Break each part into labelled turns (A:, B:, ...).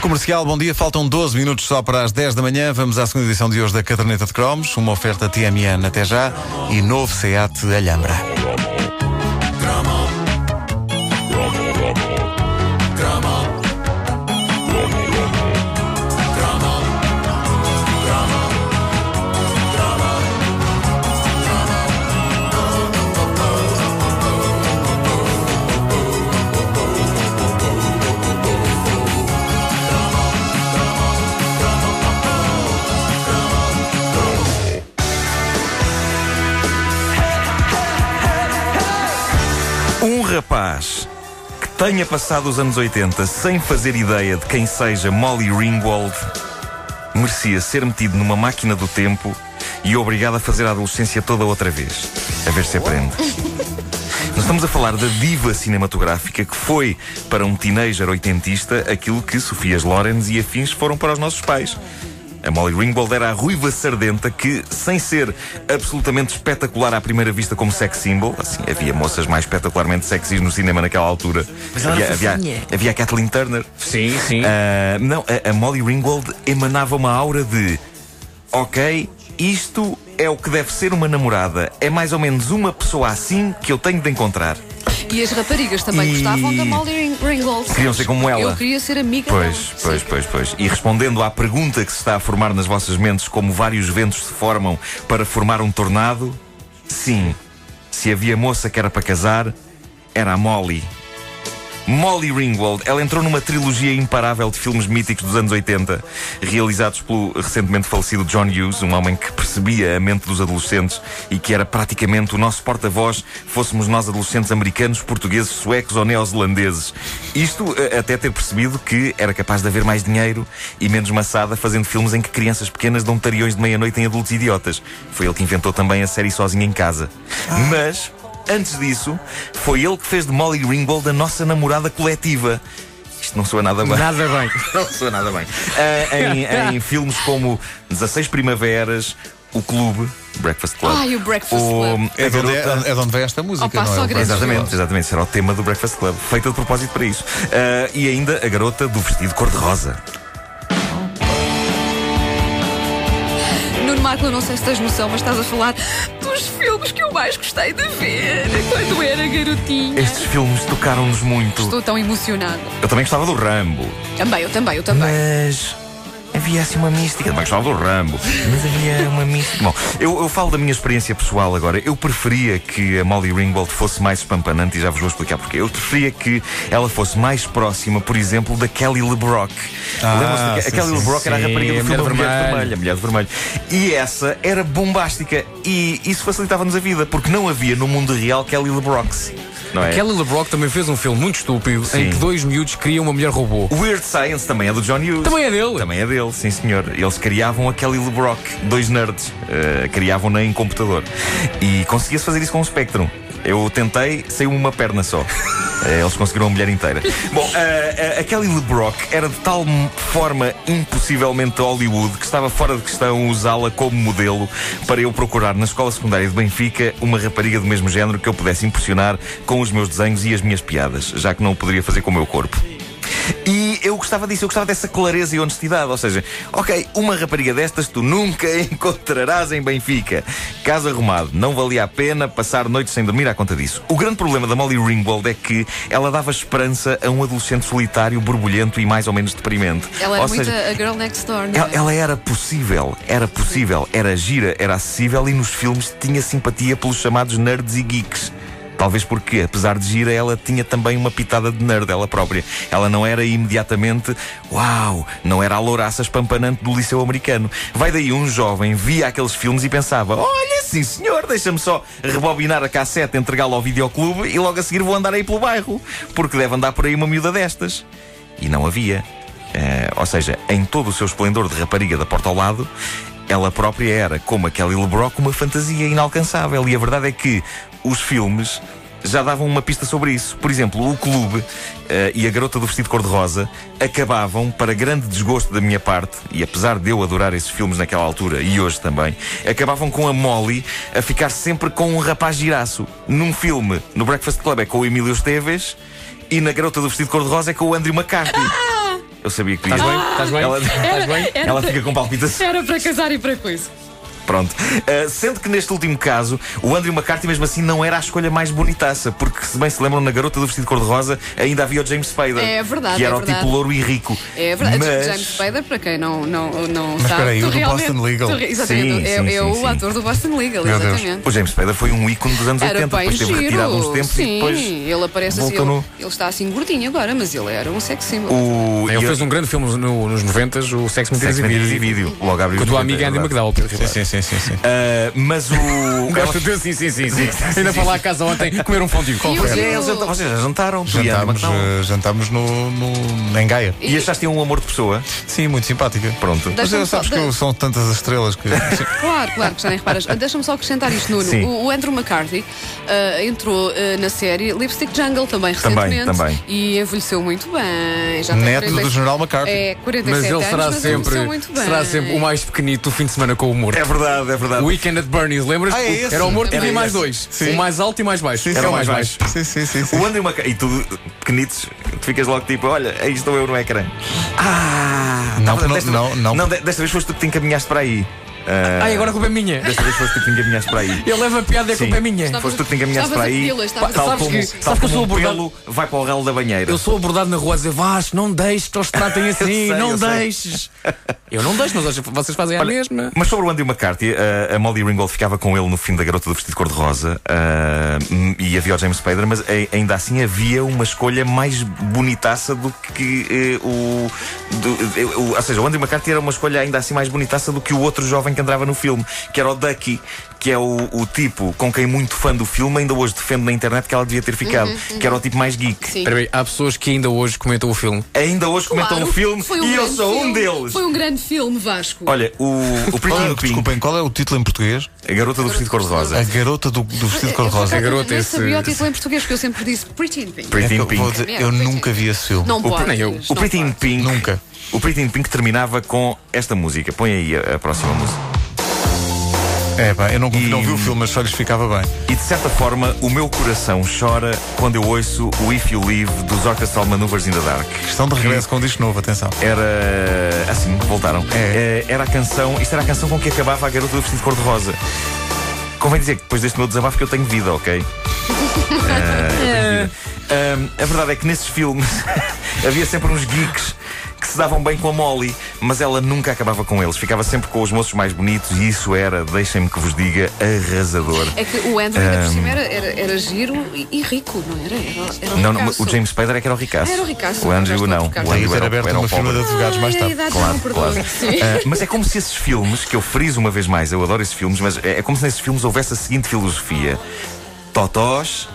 A: Comercial, bom dia. Faltam 12 minutos só para as 10 da manhã. Vamos à segunda edição de hoje da Caderneta de Cromos. Uma oferta TMN até já e novo SEAT Alhambra.
B: Um rapaz que tenha passado os anos 80 sem fazer ideia de quem seja Molly Ringwald merecia ser metido numa máquina do tempo e obrigado a fazer a adolescência toda outra vez. A ver se aprende. Nós estamos a falar da diva cinematográfica que foi para um teenager oitentista aquilo que Sofias Lorenz e afins foram para os nossos pais. A Molly Ringwald era a ruiva sardenta que, sem ser absolutamente espetacular à primeira vista como sex symbol, assim, havia moças mais espetacularmente sexys no cinema naquela altura.
C: ela
B: havia,
C: era
B: havia,
C: fofinha.
B: havia a Kathleen Turner.
C: Sim, sim.
B: Ah, não, a, a Molly Ringwald emanava uma aura de Ok, isto é o que deve ser uma namorada. É mais ou menos uma pessoa assim que eu tenho de encontrar.
D: E as raparigas também
B: E-
D: gostavam da Molly Ring- Ringwald.
B: Queriam ser como ela.
D: Eu queria ser amiga
B: Pois,
D: dela.
B: pois,
D: Sim.
B: pois, pois. E respondendo à pergunta que se está a formar nas vossas mentes, como vários ventos se formam para formar um tornado, sim, se havia moça que era para casar, era a Molly. Molly Ringwald, ela entrou numa trilogia imparável de filmes míticos dos anos 80, realizados pelo recentemente falecido John Hughes, um homem que percebia a mente dos adolescentes e que era praticamente o nosso porta-voz, fôssemos nós adolescentes americanos, portugueses, suecos ou neozelandeses. Isto eh, até ter percebido que era capaz de haver mais dinheiro e menos maçada fazendo filmes em que crianças pequenas dão tariões de meia-noite em adultos idiotas. Foi ele que inventou também a série Sozinho em Casa. Mas, Antes disso, foi ele que fez de Molly Ringwald a nossa namorada coletiva. Isto não soa nada bem.
C: Nada bem.
B: Não soa nada bem. Ah, em, em filmes como 16 Primaveras, O Clube, Breakfast Club.
D: Ai, o Breakfast Club.
B: A
A: É de onde,
B: Garota-
A: é, é de onde vem esta música,
D: Opa,
A: não é?
D: só
A: O
D: grandes
A: Brasil.
B: Exatamente, exatamente. Será o tema do Breakfast Club. Feita de propósito para isso. Ah, e ainda a garota do vestido cor-de-rosa.
D: Nuno Marco, eu não sei se tens noção, mas estás a falar dos filmes que eu mais gostei de ver quando era garotinha.
B: Estes filmes tocaram-nos muito.
D: É. Estou tão emocionada.
B: Eu também gostava do Rambo.
D: Também, eu também, eu também.
B: Mas havia assim uma mística. Também gostava do Rambo, mas havia uma mística. Bom, eu, eu falo da minha experiência pessoal agora. Eu preferia que a Molly Ringwald fosse mais espampanante e já vos vou explicar porquê. Eu preferia que ela fosse mais próxima, por exemplo, da Kelly LeBrock.
A: Ah,
B: Lembram-se
A: sim,
B: da Kelly
A: sim,
B: LeBrock era a
C: sim,
B: rapariga do
C: a
B: filme
C: Mulher
B: A Mulher
C: Vermelha.
B: Vermelha, a Mulher de Vermelho. E essa era bombástica e isso facilitava-nos a vida, porque não havia no mundo real Kelly LeBrock. Não é?
C: Kelly LeBrock também fez um filme muito estúpido
B: Sim.
C: em que dois miúdos criam uma mulher robô.
B: O Weird Science também é do John Hughes.
C: Também é dele.
B: Também é dele, sim senhor. Eles criavam a Kelly LeBrock, dois nerds. eh, Criavam-na em computador. E conseguia-se fazer isso com o Spectrum. Eu tentei, saiu uma perna só. Eh, Eles conseguiram a mulher inteira. Bom, eh, a, a Kelly LeBrock era de tal forma impossivelmente Hollywood que estava fora de questão usá-la como modelo para eu procurar na escola secundária de Benfica uma rapariga do mesmo género que eu pudesse impressionar com os meus desenhos e as minhas piadas, já que não o poderia fazer com o meu corpo. E eu gostava disso, eu gostava dessa clareza e honestidade. Ou seja, ok, uma rapariga destas tu nunca encontrarás em Benfica. Caso arrumado, não valia a pena passar noites sem dormir à conta disso. O grande problema da Molly Ringwald é que ela dava esperança a um adolescente solitário, borbulhento e mais ou menos deprimente.
D: Ela era
B: ou
D: muito
B: seja,
D: a- a girl next door, não
B: ela,
D: é?
B: ela era possível, era possível, era gira, era acessível e nos filmes tinha simpatia pelos chamados nerds e geeks. Talvez porque, apesar de gira, ela tinha também uma pitada de nerd ela própria. Ela não era imediatamente, uau, não era a louraça espampanante do liceu americano. Vai daí um jovem, via aqueles filmes e pensava, olha, sim senhor, deixa-me só rebobinar a cassete, entregá-la ao videoclube e logo a seguir vou andar aí pelo bairro, porque deve andar por aí uma miúda destas. E não havia. Eh, ou seja, em todo o seu esplendor de rapariga da porta ao lado, ela própria era, como a Kelly LeBrock, uma fantasia inalcançável. E a verdade é que os filmes já davam uma pista sobre isso. Por exemplo, o Clube eh, e a Garota do Vestido Cor-de-Rosa acabavam, para grande desgosto da minha parte, e apesar de eu adorar esses filmes naquela altura e hoje também, acabavam com a Molly a ficar sempre com um rapaz giraço. Num filme, no Breakfast Club, é com o Emílio Esteves. E na Garota do Vestido Cor-de-Rosa é com o Andrew McCarthy. Eu Eu sabia que tu
D: Ah,
B: ias.
C: Estás bem? Estás bem?
B: Ela-
C: Estás bem?
D: é,
B: Ela fica com palpitações.
D: Era para casar e para coisa.
B: Pronto. Uh, sendo que neste último caso, o Andrew McCarthy mesmo assim não era a escolha mais bonitaça, porque se bem se lembram, na garota do vestido de cor-de-rosa ainda havia o James Spader.
D: É verdade,
B: Que era
D: é
B: o
D: verdade.
B: tipo louro e rico.
D: É verdade.
B: Mas...
D: James Spader, para quem não, não, não
A: Mas
D: sabe.
A: espera aí,
D: tu
A: o do
D: realmente-
A: Boston Legal.
D: tu re- exatamente.
B: Sim,
D: é
B: sim,
D: é
B: sim,
D: o
B: sim.
D: ator do Boston Legal,
A: Meu Deus.
D: exatamente.
B: O James Spader foi um ícone dos anos
D: Era
B: 80,
D: bem
B: depois teve retirado uns
D: giro.
B: tempos e
D: Sim,
B: depois.
D: ele aparece assim.
B: voltou
D: Ele,
B: no-
D: ele está assim gordinho agora, mas ele era um sex symbol.
B: O...
C: Ele
B: e
C: fez um grande filme no- nos 90, o Sexo Mentiras
B: Sexo,
C: e
B: Mentiras e
C: Vídeo.
B: vídeo. Logo abriu
C: Com a
B: os
C: tua
B: 90,
C: amiga
B: é
C: Andy
B: verdade.
C: McDowell, Pedro Ribeiro.
A: Sim, sim, sim, sim.
B: Ah, mas o.
C: Gosto de sim, sim, sim, sim. Ainda foi lá a casa ontem comer um fondue.
D: E o-
B: Eles- eles é, jantaram- Vocês já jantaram? tu e a Andy
A: Jantámos,
B: McDowell.
A: eh, jantámos no, no, em Gaia.
B: E achaste que tinha um amor de pessoa?
A: Sim, muito simpática.
B: Pronto.
A: Mas
D: Deixa-me
A: eh, sabes
D: só-
A: que eu-
D: de-
A: são tantas as estrelas que.
D: Claro, claro que já nem reparas. Ah, Deixa-me só acrescentar isto, Nuno.
B: Sim.
D: O, o Andrew McCarthy ah, entrou ah, na série Lipstick Jungle também
B: Também,
D: recentemente.
B: também.
D: E envelheceu muito bem. Já tem
A: Neto
D: 40
A: do General McCarthy.
D: É, 47
C: Mas ele
D: anos,
C: será
D: mas
C: sempre,
D: envelheceu muito bem.
C: será sempre o mais pequenito do fim de semana com o humor.
B: É verdade, é verdade.
C: O Weekend at Bernie's, lembras?
A: Ah, é esse?
C: Era o humor, tinha
D: Era
C: mais
B: esse.
C: dois.
A: Sim.
C: O mais alto e mais baixo.
A: Sim,
C: Era
A: sim,
C: o mais
B: mais
C: baixo.
A: Sim, sim, sim. sim.
B: O Andrew McCarthy. E tu, pequenitos, tu ficas logo tipo: olha, aí estou eu no ecrã. Ah!
A: Não,
B: tá,
A: não,
B: desta-
A: não, não.
B: de- desta vez foste tu que te encaminhaste para aí. Ah,
C: Ai, agora a culpa é minha.
B: Desta vez foste tu que te encaminhaste para aí.
C: Ele leva a piada e a
B: Sim.
C: culpa é minha.
D: Estavas-
B: Foste tu que te encaminhaste para
D: estavas a
B: aí.
D: pedi-la, estavas a-
B: tal
C: Sabes
B: como,
C: que-
B: tal
C: sabes que eu
B: como
C: sou
B: um
C: abordado-
B: pelo vai para o ralo da banheira.
C: Eu sou abordado na rua a dizer Vasco, não deixes que eles te tratem assim,
B: sei,
C: não
B: eu sei.
C: deixes. Eu não deixo, mas vocês fazem a mesma.
B: Mas sobre o Andy McCarthy, eh, a, a Molly Ringwald ficava com ele no fim da Garota do Vestido de Cor-de-Rosa ah, hum, e havia o James Spader, mas a- ainda assim havia uma escolha mais bonitaça do que eh, o, do- eh, o- Ou seja, o Andy McCarthy era uma escolha ainda assim mais bonitaça do que o outro jovem que entrava no filme, que era o Ducky, que é o, o tipo com quem muito fã do filme ainda hoje defende na internet que ela devia ter ficado, que era o tipo mais geek.
D: Uhum, Sim.
C: Espera aí, há pessoas que ainda hoje comentam o filme.
B: Ainda hoje
D: Claro,
B: comentam o filme
D: foi um
B: e eu
D: grande
B: sou um
D: filme.
B: deles.
D: Foi um grande filme, Vasco.
B: Olha, o, o Pretty
A: Qual é,
B: in Pink,
A: desculpem, qual é o título em português?
B: a Garota do Vestido de Cor-de-Rosa.
A: A garota do, do
D: É,
A: vestido de
C: A
A: cor-de-rosa.
C: garota,
D: Eu
C: esse-
D: sabia o título em português, porque eu sempre disse Pretty in Pink.
B: Pretty
A: É que
B: in
A: eu
B: Pink.
A: vou dizer, eu
D: É,
A: nunca vi esse filme.
D: Não pode.
C: nem eu.
B: O Pretty in Pink.
A: Nunca.
B: O Pretty in Pink terminava com esta música. Põe aí a, a próxima música.
A: É, pá, eu não,
B: E-
A: não vi o filme, mas só lhes ficava bem.
B: E de certa forma, o meu coração chora quando eu ouço o If You Leave dos Orchestral Maneuvers in the Dark.
A: Estão de regresso com um disco novo, atenção.
B: Era. Assim, voltaram.
A: É.
B: Eh, Era a canção. Isto era a canção com que acabava a garota do vestido de cor-de-rosa. Convém dizer que depois deste meu desabafo que eu tenho vida, ok? Eh, Ahm, a verdade é que nesses filmes havia sempre uns geeks que se davam bem com a Molly, mas ela nunca acabava com eles. Ficava sempre com os moços mais bonitos e isso era, deixem-me que vos diga, arrasador.
D: É que o Andrew ainda por cima era, era, era giro e, e rico, não era? Era, era um
B: Não, não,
D: ricaço.
B: o James Spader é que era o ricaço.
D: Ah, era o ricaço.
B: O Andrew
D: Gosto
B: não.
D: do ricaço.
B: O
A: Aí
B: Andrew
A: ter
B: era,
A: aberto
B: era
A: uma
B: o
A: firma de
B: pobre.
A: advogados mais
D: Ai, a
A: tarde.
D: idade já
B: Claro,
D: É, não perdoa.
B: claro.
D: Sim.
B: Ah, mas é como se esses filmes, que eu friso uma vez mais, eu adoro esses filmes, mas é, é como se nesses filmes houvesse a seguinte filosofia: Totós,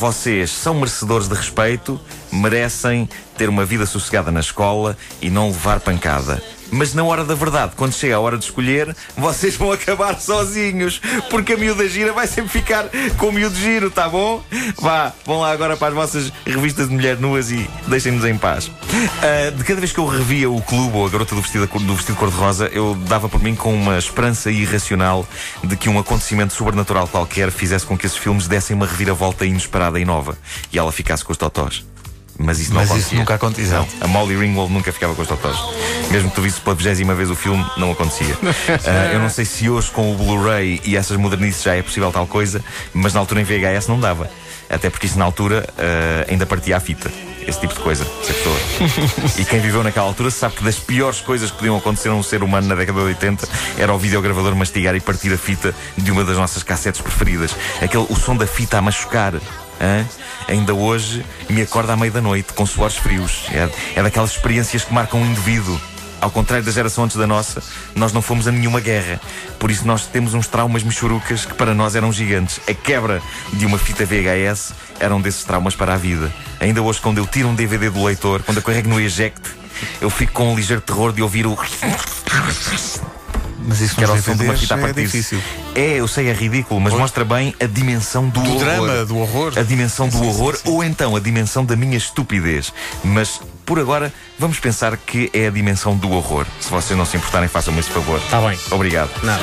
B: vocês são merecedores de respeito, merecem ter uma vida sossegada na escola e não levar pancada. Mas na hora da verdade, quando chega a hora de escolher, vocês vão acabar sozinhos, porque a miúda gira vai sempre ficar com o miúdo giro, tá bom? Vá, vão lá agora para as vossas revistas de mulher nuas e deixem-nos em paz. Ah, de cada vez que eu revia o clube ou a garota do vestido, do vestido cor-de-rosa, eu dava por mim com uma esperança irracional de que um acontecimento sobrenatural qualquer fizesse com que esses filmes dessem uma reviravolta inesperada e nova e ela ficasse com os totós. Mas isso não
A: Mas isso
B: acontecia.
A: nunca aconte- exato.
B: Não, A Molly Ringwald nunca ficava com os totós. Mesmo que tu visse pela vigésima vez o filme, não acontecia. Ah, eu não sei se hoje com o Blu-ray e essas modernices já é possível tal coisa, mas na altura em VHS não dava. Até porque isso na altura ah, ainda partia à fita. Esse tipo de coisa, perceptor. e quem viveu naquela altura sabe que das piores coisas que podiam acontecer a um ser humano na década de 80 era o videogravador mastigar e partir a fita de uma das nossas cassetes preferidas. Aquele, o som da fita a machucar. Hã? Ainda hoje me acorda à meia da noite com suores frios. É, é daquelas experiências que marcam um indivíduo. Ao contrário da geração antes da nossa, nós não fomos a nenhuma guerra. Por isso nós temos uns traumas michurucas que para nós eram gigantes. A quebra de uma fita VHS era um desses traumas para a vida. Ainda hoje, quando eu tiro um DVD do leitor, quando eu carrego no eject, eu fico com um ligeiro terror de ouvir o...
A: Mas isso
B: Que era
A: nos
B: o som de uma
A: DVDs
B: fita a
A: é
B: partir.
A: difícil.
B: É, eu sei, é ridículo, mas mostra bem a dimensão do, horror.
A: drama, do horror.
B: A dimensão do
A: Sim, sim,
B: horror
A: sim.
B: ou então a dimensão da minha estupidez. Mas por agora vamos pensar que é a dimensão do horror. Se vocês não se importarem, façam-me esse favor.
C: Tá bem.
B: Obrigado.
C: Nada.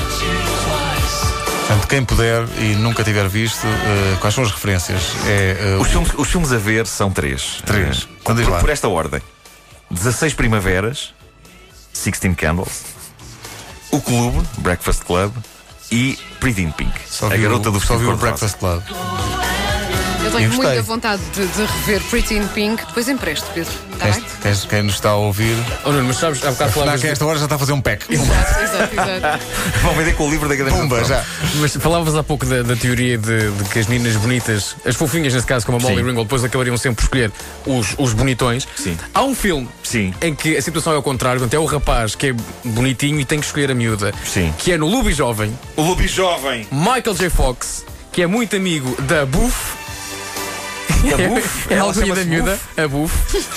A: Portanto, quem puder e nunca tiver visto, eh, quais são as referências? É, eh,
B: Os filmes, os filmes a ver são três.
A: Três.
B: Eh,
A: Então diz
B: por,
A: lá.
B: por esta ordem. 16 Primaveras, 16 Candles, O Clube, Breakfast Club e Pretty in Pink.
A: Só
B: a
A: vi
B: garota
A: o,
B: do
A: só
B: vestido
A: vi o
B: cor-de-rosa.
A: Breakfast Club.
D: Eu tenho
A: gostei.
D: muita vontade de, de rever Pretty in Pink. Depois empresto, Pedro. Tá Está bem?
A: Este- este- quem nos está a ouvir,
C: Oh, Nuno, mas sabes, há bocado
A: será
C: falavas.
A: que a esta hora já está a fazer um pack?
D: Exato, exato, exato.
B: Vão vender com o livro da Academia
A: Pumba,
B: de
A: já.
C: Mas falavas há pouco da, da teoria de, de que as meninas bonitas, as fofinhas nesse caso, como a Molly
B: Sim.
C: Ringwald, depois acabariam sempre por escolher os, os bonitões.
B: Sim.
C: Há um filme
B: Sim.
C: em que a situação é ao contrário, portanto, é o rapaz que é bonitinho e tem que escolher a miúda.
B: Sim.
C: Que é no Lubi Jovem,
B: O Lobby Jovem.
C: Michael J. Fox, que é muito amigo da Buff.
B: A Buff?
C: É a
B: Ela
C: alcunha da
B: chama-se
C: miúda, a Buff.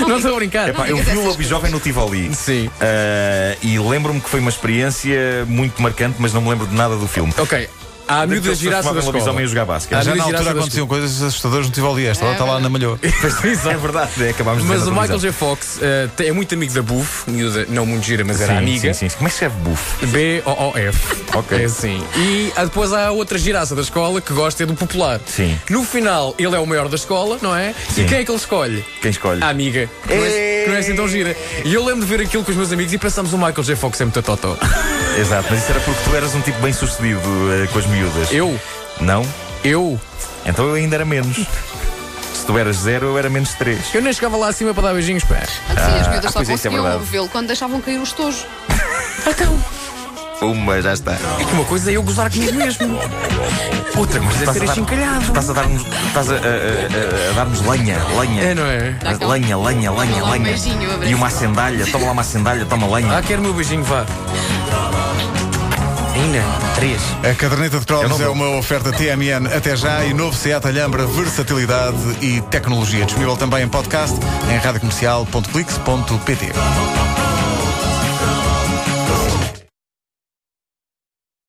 C: Não estou a brincar.
B: Epá, eu vi o Lobby Jovem no Tivoli.
C: Sim.
B: Ah, e lembro-me que foi uma experiência muito marcante, mas não me lembro de nada do filme.
C: Ok. Há a miúda
B: Daqueles é que
C: da
B: se
C: giraça da
B: transformavam em lobisomem a
C: escola.
B: jogar basquete.
C: Ah,
A: Já na
C: Minas Gerais
A: altura
C: das
A: aconteciam coisas assustadoras no Tivoli. Esta hora está lá na Malhou.
B: É verdade, é, acabámos de ver
C: Mas
B: na
C: o Michael
B: televisão.
C: J. Fox eh, te- é muito amigo da Buff, miúda não muito gira, mas era
B: Sim,
C: amiga.
B: Sim, sim. Como é que se escreve buff?
C: B-O-O-F.
B: Ok.
C: É assim. E ah, depois há outra giraça da escola que gosta é do popular.
B: Sim.
C: No final, ele é o maior da escola, não é? E
B: Sim.
C: quem é que ele escolhe?
B: Quem escolhe?
C: A amiga. Que não, é, que não é assim tão gira. E eu lembro de ver aquilo com os meus amigos e pensamos o Michael J. Fox é muito totó.
B: Exato, mas isso era porque tu eras um tipo bem sucedido eh, com as miúdas.
C: Eu?
B: Não?
C: Eu?
B: Então eu ainda era menos. Se tu eras zero, eu era menos três.
C: Eu nem chegava lá acima para dar beijinhos, pá.
D: Sim, as miúdas
B: ah,
D: só
B: pois é, isso é
D: conseguiam
B: verdade.
D: vê-lo quando deixavam cair o estojo.
B: Uma, já está.
C: É que uma coisa é eu gozar comigo mesmo. Outra coisa é ser achincalhado.
B: Estás a dar-nos. Estás a, a- a- a- a dar-nos lenha, lenha.
C: É, não é?
D: Dá aquela-
B: Lenha, lenha, lenha,
D: Dá lá um
B: lenha.
D: beijinho, um abraço.
B: e uma acendalha, toma lá uma acendalha, toma lenha.
C: Ah, quero o meu beijinho, vá. Ainda? Três.
A: A caderneta de
B: Eu não
A: Cromos é
B: vou.
A: uma oferta TMN até já e novo Seat Alhambra, versatilidade e tecnologia. Disponível também em podcast em radiocomercial.clix.pt.